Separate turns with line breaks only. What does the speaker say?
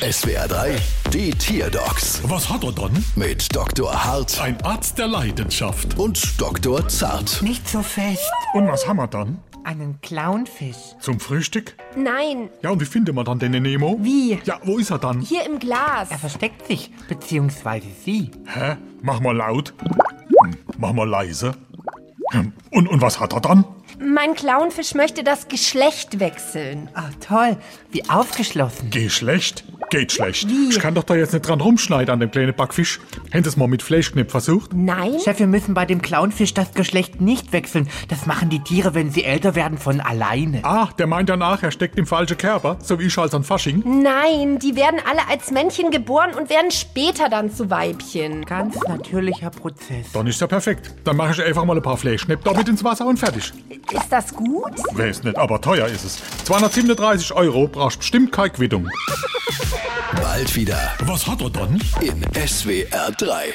SWR 3, die Tierdocs
Was hat er dann?
mit Dr. Hart
Ein Arzt der Leidenschaft.
und Dr. Zart.
Nicht so fest.
Und was haben wir dann?
Einen Clownfisch.
Zum Frühstück?
Nein,
Ja, und wie findet man dann den Nemo?
Wie?
Ja, wo ist er dann?
hier im Glas.
Er versteckt sich, beziehungsweise sie.
Hä? Mach mal laut. Hm, Mach mal leise. Hm, Und, und was hat er dann?
Mein Clownfisch möchte das Geschlecht wechseln.
Ah, toll. Wie aufgeschlossen.
Geh schlecht? Geht schlecht. Ich kann doch da jetzt nicht dran rumschneiden an dem kleinen Backfisch. Hätten Sie es mal mit Fleischknepp versucht?
Nein?
Chef, wir müssen bei dem Clownfisch das Geschlecht nicht wechseln. Das machen die Tiere, wenn sie älter werden, von alleine.
Ah, der meint danach, er steckt im falschen Körper, so wie ich als an Fasching.
Nein, die werden alle als Männchen geboren und werden später dann zu Weibchen.
Ganz natürlicher Prozess.
Dann ist er perfekt. Dann mache ich einfach mal ein paar Fleischknepp damit ins Wasser und fertig.
Ist das gut?
Weiß nicht, aber teuer ist es. 237 Euro brauchst bestimmt keine Quittung.
Bald wieder
Was hat er dann?
in SWR 3.